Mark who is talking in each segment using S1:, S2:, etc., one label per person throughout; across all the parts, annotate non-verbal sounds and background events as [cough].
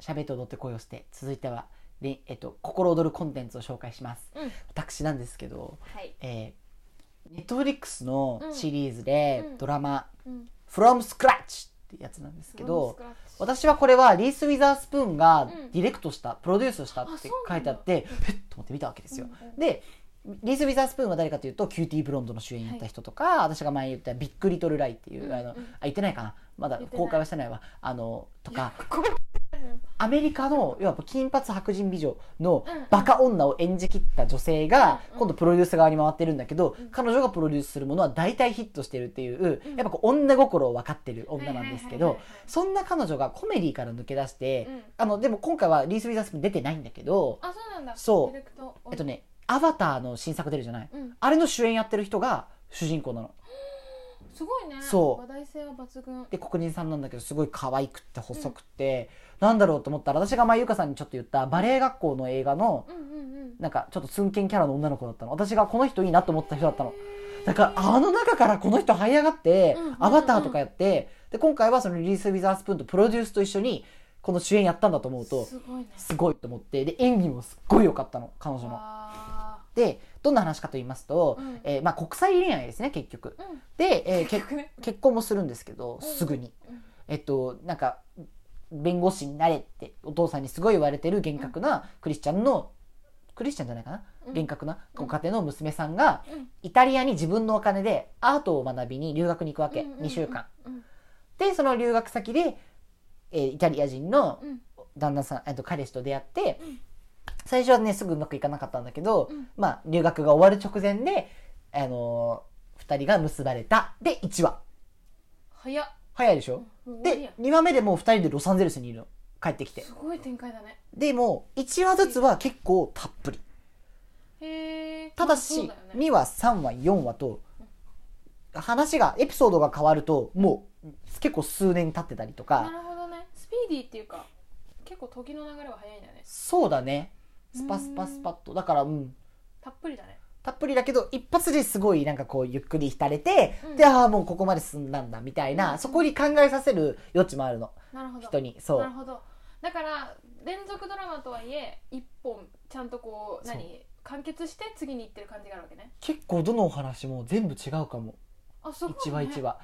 S1: 喋って踊って恋をして続いてはりえっと心躍るコンテンツを紹介します、
S2: うん
S1: 私なんですけど
S2: はい。
S1: えー、ネットフリックスのシリーズで
S2: うん
S1: ドラマ
S2: うん。
S1: 「From Scratch」ってやつなんですけど、
S2: フロムスクラッチ、
S1: 私はこれはリース・ウィザースプーンが
S2: うん
S1: ディレクトした、プロデュースしたって
S2: あそうな
S1: 書い
S2: んだ
S1: てあってえっと思って見たわけですよ。
S2: うんうん
S1: でリース・ウィザースプーンは誰かというとキューティー・ブロンドの主演やった人とか、私が前言った「ビッグ・リトル・ライ」っていう、
S2: うん
S1: あの
S2: う
S1: あ
S2: ん
S1: 言ってないかなまだ
S2: 言ってない
S1: 公開はしてないわあのとか
S2: ここ
S1: アメリカの要は金髪白人美女の
S2: うんうん
S1: バカ女を演じきった女性が
S2: うんうん
S1: 今度プロデュース側に回ってるんだけど、
S2: うん
S1: 彼女がプロデュースするものは大体ヒットしてるっていう、
S2: うん
S1: やっぱこう女心を分かってる女なんですけど、
S2: はいはいはいはい
S1: そんな彼女がコメディから抜け出して、
S2: うん
S1: あのでも今回はリース・ウィザースプーン出てないんだけど
S2: あ、そうなんだ。
S1: そう
S2: ディレクト
S1: えっと。ね「アバター」の新作出るじゃない
S2: うん。
S1: あれの主演やってる人が主人公なの
S2: すごいね。
S1: そう
S2: 話題性は抜群。
S1: で黒人さんなんだけどすごい可愛くって細くて、なんだろうと思ったら私が前優香さんにちょっと言ったバレエ学校の映画の
S2: うんうんうん。
S1: なんかちょっとツンケンキャラの女の子だったの私がこの人いいなと思った人だったのだからあの中からこの人這い上がって
S2: うんうんうん
S1: アバターとかやってで今回はそのリリース・ウィザースプーンとプロデュースと一緒にこの主演やったんだと思うと
S2: すごいね。
S1: すごいと思ってで演技もすっごい良かったの彼女の。
S2: わ
S1: でどんな話かと言いますと、
S2: うん
S1: えーまあ、国際恋愛ですね結局
S2: ー。うん。
S1: で、
S2: [laughs]
S1: えーけ
S2: 結局ね。
S1: 結婚もするんですけど
S2: うん
S1: すぐに、
S2: うん
S1: えっとなんか弁護士になれってお父さんにすごい言われてる厳格なクリスチャンのクリスチャンじゃないかな
S2: うん
S1: 厳格なご家庭の娘さんが
S2: うん
S1: イタリアに自分のお金でアートを学びに留学に行くわけ
S2: うんうんうん
S1: 2週間。
S2: うん
S1: でその留学先で、えーイタリア人の
S2: うん
S1: 旦那さん、えっと、彼氏と出会って、
S2: うん
S1: 最初はねすぐうまくいかなかったんだけど、
S2: うん
S1: まあ、留学が終わる直前で、あのー、2人が結ばれたで1話
S2: 早っ。
S1: 早いでしょ、
S2: もう終わり
S1: で
S2: や
S1: 2話目でもう2人でロサンゼルスにいるの帰ってきて
S2: すごい展開だね。
S1: でも1話ずつは結構たっぷり
S2: へえ。
S1: ただ
S2: まあ
S1: し
S2: そうよね
S1: 2話3話4話と話がエピソードが変わるともう結構数年経ってたりと
S2: な
S1: か
S2: るほどね。スピーディーっていうか、結構時の流れは早いんだね。
S1: そうだねスパスパスパッとだからうん
S2: たっぷりだね。
S1: たっぷりだけど一発ですごいなんかこうゆっくり浸れて、
S2: うん
S1: でああもうここまで進んだんだみたいな、
S2: うん
S1: そこに考えさせる余地もあるの
S2: なるほど。
S1: 人にそ
S2: なる
S1: う
S2: ほどだから連続ドラマとはいえ一本ちゃんとこう
S1: そう
S2: 何完結して次に行ってる感じがあるわけね
S1: 結構どのお話も全部違うかも
S2: あすごい、ね、
S1: 一話一話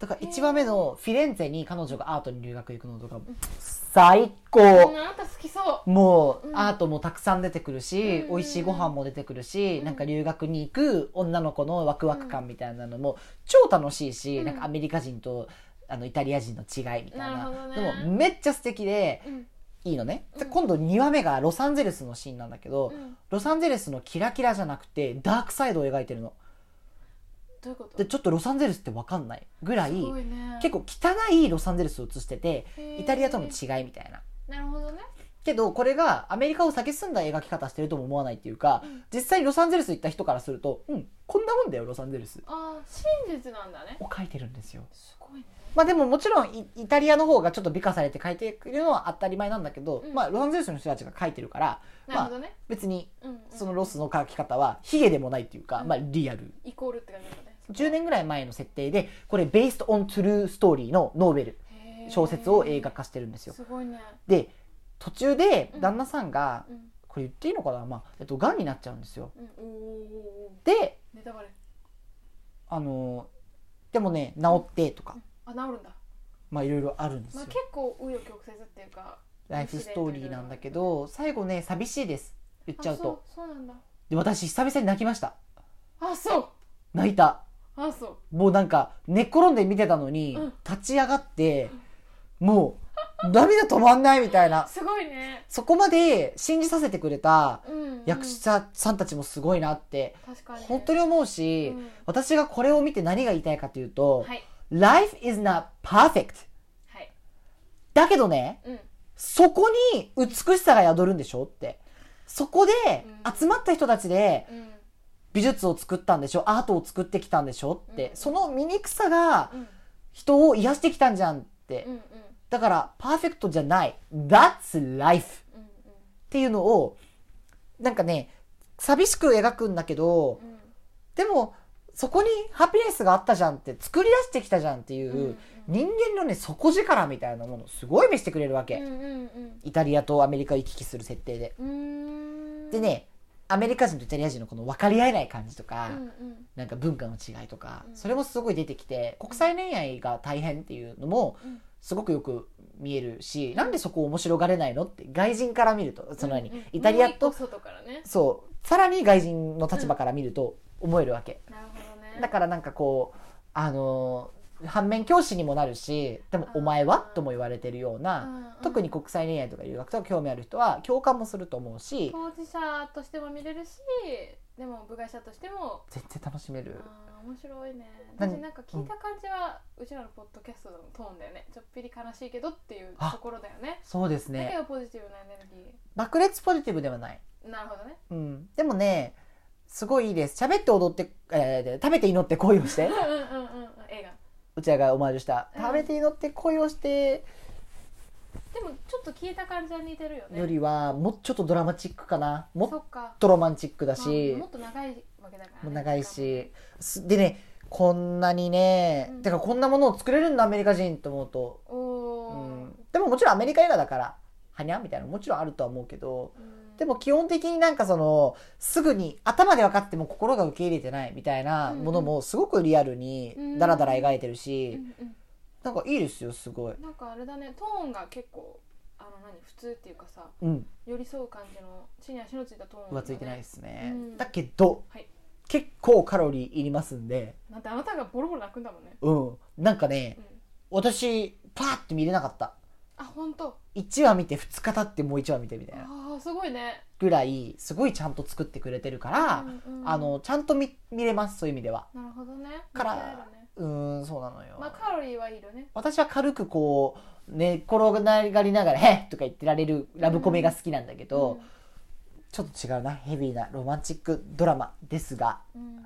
S1: だから
S2: へー
S1: 1話目のフィレンツェに彼女がアートに留学行くのとか
S2: ん
S1: 最
S2: うん
S1: 高
S2: あなた好きそ
S1: も
S2: う
S1: うんアートもたくさん出てくるし、
S2: うん
S1: 美味しいご飯も出てくるし、
S2: うん
S1: なんか留学に行く女の子のワクワク感みたいなのも超楽しいし、
S2: うん
S1: なんかアメリカ人とあのイタリア人の違いみたいな
S2: なるほどね
S1: でもめっちゃ素敵で
S2: う、うん
S1: いいのね、で
S2: うん
S1: 今度2話目がロサンゼルスのシーンなんだけど、
S2: うん、
S1: ロサンゼルスのキラキラじゃなくてダークサイドを描いてるの
S2: どういうこと
S1: でちょっとロサンゼルスって分かんないぐらい
S2: すごいね
S1: 結構汚いロサンゼルスを映しててイタリアとの
S2: へ
S1: 違いみたいな
S2: ーなるほどね
S1: けどこれがアメリカを避け進んだ描き方してるとも思わないっていうか、
S2: うん
S1: 実際にロサンゼルス行った人からするとうんこんなもんだよロサンゼルス
S2: あー真実なんだね
S1: を描いてるんですよ
S2: すごいね
S1: まあでももちろんイイタリアの方がちょっと美化されて描いてるのは当たり前なんだけど、
S2: うん
S1: まあロサンゼルスの人たちが描いてるから
S2: なるほどね、
S1: 別に
S2: うんうん
S1: そのロスの描き方はヒゲでもないっていうか、
S2: うん
S1: まあリアル
S2: イコールって感じなんだね
S1: 10年ぐらい前の設定でこれベーストオントゥルーストーリーのノーベル
S2: へー
S1: 小説を映画化してるんですよ
S2: すごいね
S1: で途中で
S2: うん
S1: 旦那さんが、
S2: うん
S1: これ言っていいのかなまあえっとがんになっちゃうんですよ
S2: うんおーおーおー
S1: で
S2: ネタバレ
S1: あのーでもね治ってとか
S2: うんあ治るんだ
S1: まあいろいろあるんです
S2: まあ
S1: よ
S2: 結構紆余曲折っていうか
S1: ライフストーリーなんだけど最後ね寂しいです言っちゃう
S2: あ
S1: と
S2: そうそうなんだ
S1: で私久々に泣きました
S2: あそう
S1: 泣いた
S2: あそう
S1: もうなんか寝っ転んで見てたのに、
S2: うん
S1: 立ち上がってもう涙止まんないみたいな
S2: すごいね
S1: そこまで信じさせてくれた
S2: うん
S1: 役者さんたちもすごいなって
S2: うん確かに
S1: 本当に思うし、
S2: うん
S1: 私がこれを見て何が言いたいかというと、
S2: はい
S1: Life is not perfect
S2: はい
S1: だけどね
S2: うん
S1: そこに美しさが宿るんでしょってそこで
S2: うん
S1: 集まった人たちで
S2: うん
S1: 美術を作ったんでしょアートを作ってきたんでしょって、
S2: うん
S1: その醜さが
S2: うん
S1: 人を癒してきたんじゃんって、
S2: うんうん
S1: だからパーフェクトじゃない That's life っ
S2: うん
S1: ていうのをなんかね寂しく描くんだけど、
S2: うんうん
S1: でもそこにハピネスがあったじゃんって作り出してきたじゃんっていう、
S2: うんうん
S1: 人間のね底力みたいなものをすごい見せてくれるわけ、
S2: うんうん
S1: イタリアとアメリカを行き来する設定で
S2: うんうーん
S1: でねアメリカ人とイタリア人のこの分かり合えない感じとか、
S2: うんうん
S1: なんか文化の違いとか、
S2: うん
S1: それもすごい出てきて国際恋愛が大変っていうのも
S2: うん
S1: すごくよく見えるし、
S2: ん
S1: なんでそこ面白がれないのって外人から見るとその何、
S2: うんうん
S1: イタリア
S2: もう
S1: と
S2: 一個外からね
S1: そうさらに外人の立場から見ると思えるわけ、
S2: なるほどね
S1: だからなんかこうあのー反面教師にもなるしでも
S2: あ
S1: 「
S2: ー
S1: お前は?」とも言われてるような、
S2: うんうん
S1: 特に国際恋愛とか留学とか興味ある人は共感もすると思うし
S2: 当事者としても見れるしでも部外者としても
S1: 全然楽しめる。
S2: あー面白いね私
S1: 何
S2: なんか聞いた感じは、うちらのポッドキャストのトーンだよねちょっぴり悲しいけどっていうところだよね
S1: そうです
S2: だけ
S1: ね
S2: どポジティブなエネルギ
S1: 爆裂ポジティブではない
S2: ーなるほどね
S1: うん、でもねすごいいいです喋って踊って、えーで食べて祈って恋をして
S2: [laughs] うんうんうんうん映画
S1: うちらがオマージュした
S2: うん
S1: 食べて祈って恋をして
S2: でもちょっと聞いた感じは似てるよね
S1: よりはもうちょっとドラマチックかなも
S2: そ
S1: っ
S2: っか
S1: とロマンチックだ
S2: ま
S1: し
S2: あもっと長いわけだから、ね、
S1: もう長いしすでねこんなにね、
S2: うん
S1: てかこんなものを作れるんだアメリカ人と思うと、
S2: お
S1: う
S2: お
S1: ん、でももちろんアメリカ映画だからはにゃみたいなのもちろんあるとは思うけどでも基本的になんかそのすぐに頭で分かっても心が受け入れてないみたいなものもすごくリアルにダラダラ描いてるし、
S2: うんうん
S1: なんかいいですよすごい。
S2: なんかあれだねトーンが結構あの何普通っていうかさ
S1: うん、
S2: 寄り添う感じの地に足のついたトーンだね、
S1: 浮ついてないですね、
S2: うん
S1: だけど、
S2: はい
S1: 結構カロリーいりますんで、
S2: なんてあなたがボロボロ泣くんだもんね、
S1: うん、なんかね
S2: うん、
S1: 私パーって見れなかった
S2: あ本当
S1: 1話見て2日経ってもう1話見てみたいな
S2: あーすごいね
S1: ぐらいすごいちゃんと作ってくれてるから、
S2: うんうん
S1: あのちゃんと見見れますそういう意味では
S2: なるほどね
S1: から
S2: 見てあるね
S1: うーんそうなのよ、
S2: まあカロリーはいるね
S1: 私は軽くこう寝転がりながら「へっ!」とか言ってられるラブコメが好きなんだけど、ちょっと違うなヘビーなロマンチックドラマですが
S2: うん、うん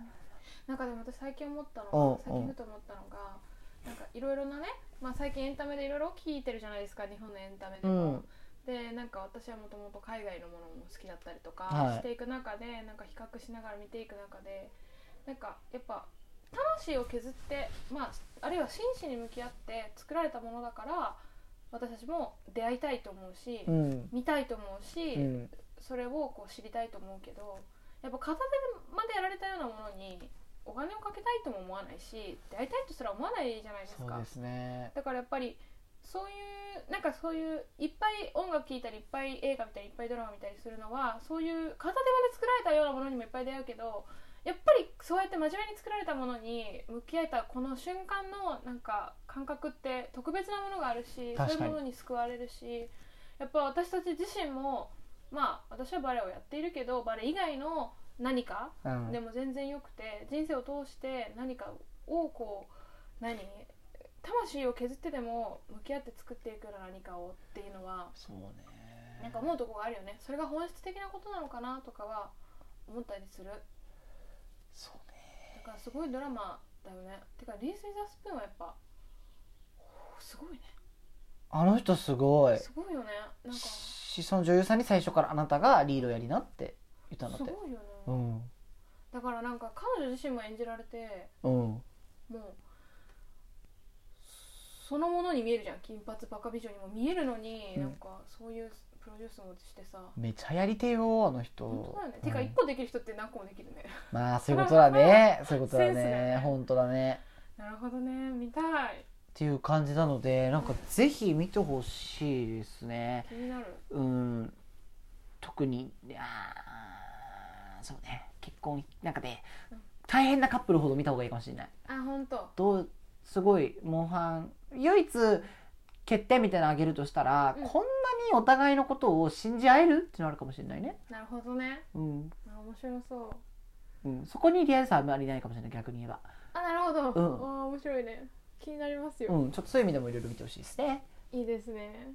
S2: なんかでも私最近思った
S1: おうお
S2: の
S1: う
S2: が最近ふと思ったのがなんかいろいろなね、まあ、最近エンタメでいろいろ聞いてるじゃないですか日本のエンタメでも、
S1: うん
S2: でなんか私はもともと海外のものも好きだったりとか
S1: はい
S2: していく中で、なんか比較しながら見ていく中でなんかやっぱ魂を削って、まあ、あるいは真摯に向き合って作られたものだから私たちも出会いたいと思うし、
S1: うん、
S2: 見たいと思うし、
S1: うん、
S2: それをこう知りたいと思うけどやっぱ片手までやられたようなものにお金をかけたいとも思わないし出会いたいとすら思わないじゃないです
S1: そ
S2: か
S1: うですね
S2: だからやっぱりそういうなんかそういういっぱい音楽聴いたりいっぱい映画見たりいっぱいドラマ見たりするのはそういう片手間で作られたようなものにもいっぱい出会うけどやっぱりそうやって真面目に作られたものに向き合えたこの瞬間のなんか感覚って特別なものがあるしそう
S1: 確かに
S2: いうものに救われるしやっぱ私たち自身もまあ私はバレエをやっているけどバレエ以外の何か
S1: うん
S2: でも全然よくて人生を通して何かをこう何魂を削ってでも向き合って作っていくような何かをっていうのは
S1: そうね
S2: なんか思うとこがあるよねそれが本質的なことなのかなとかは思ったりする
S1: そうね
S2: だからすごいドラマだよねてかリース・ウィザースプーンはやっぱおーすごいね
S1: あの人すごい
S2: すごいよねなんかす
S1: しその女優さんに最初からあなたがリードやりなって言ったんだって
S2: ごいよ
S1: う
S2: ね
S1: ん
S2: だからなんか彼女自身も演じられて
S1: うん
S2: もうそのものに見えるじゃん金髪バカ美女にも見えるのに、
S1: うん
S2: なんかそういうプロデュースもしてさ
S1: めちゃやりてえよあの人
S2: 本当だよね、てか
S1: うん
S2: 一個できる人って何個もできるね [laughs]
S1: まあそういうことだねそういうことだ
S2: センスだ
S1: ね
S2: ね
S1: 本当だね
S2: なるほどね見たい
S1: っていう感じなのでなんかぜひ見てほしいですね
S2: 気になる
S1: うん特にあーそうね結婚なんかね
S2: うん
S1: 大変なカップルほど見た方がいいかもしれない
S2: あ本当
S1: どうすごいモンハン唯一欠点みたいなのあげるとしたら、
S2: うん
S1: こんなにお互いのことを信じ合えるってのあるかもしれないね、
S2: なるほどね
S1: うん
S2: あ面白そう
S1: うん、そこにリアルさはあまりないかもしれない逆に言えば、
S2: あなるほど、
S1: うん
S2: あ面白いね気になりますよ、
S1: うん、ちょっとそういう意味でもいろいろ見てほしいですね
S2: いいですね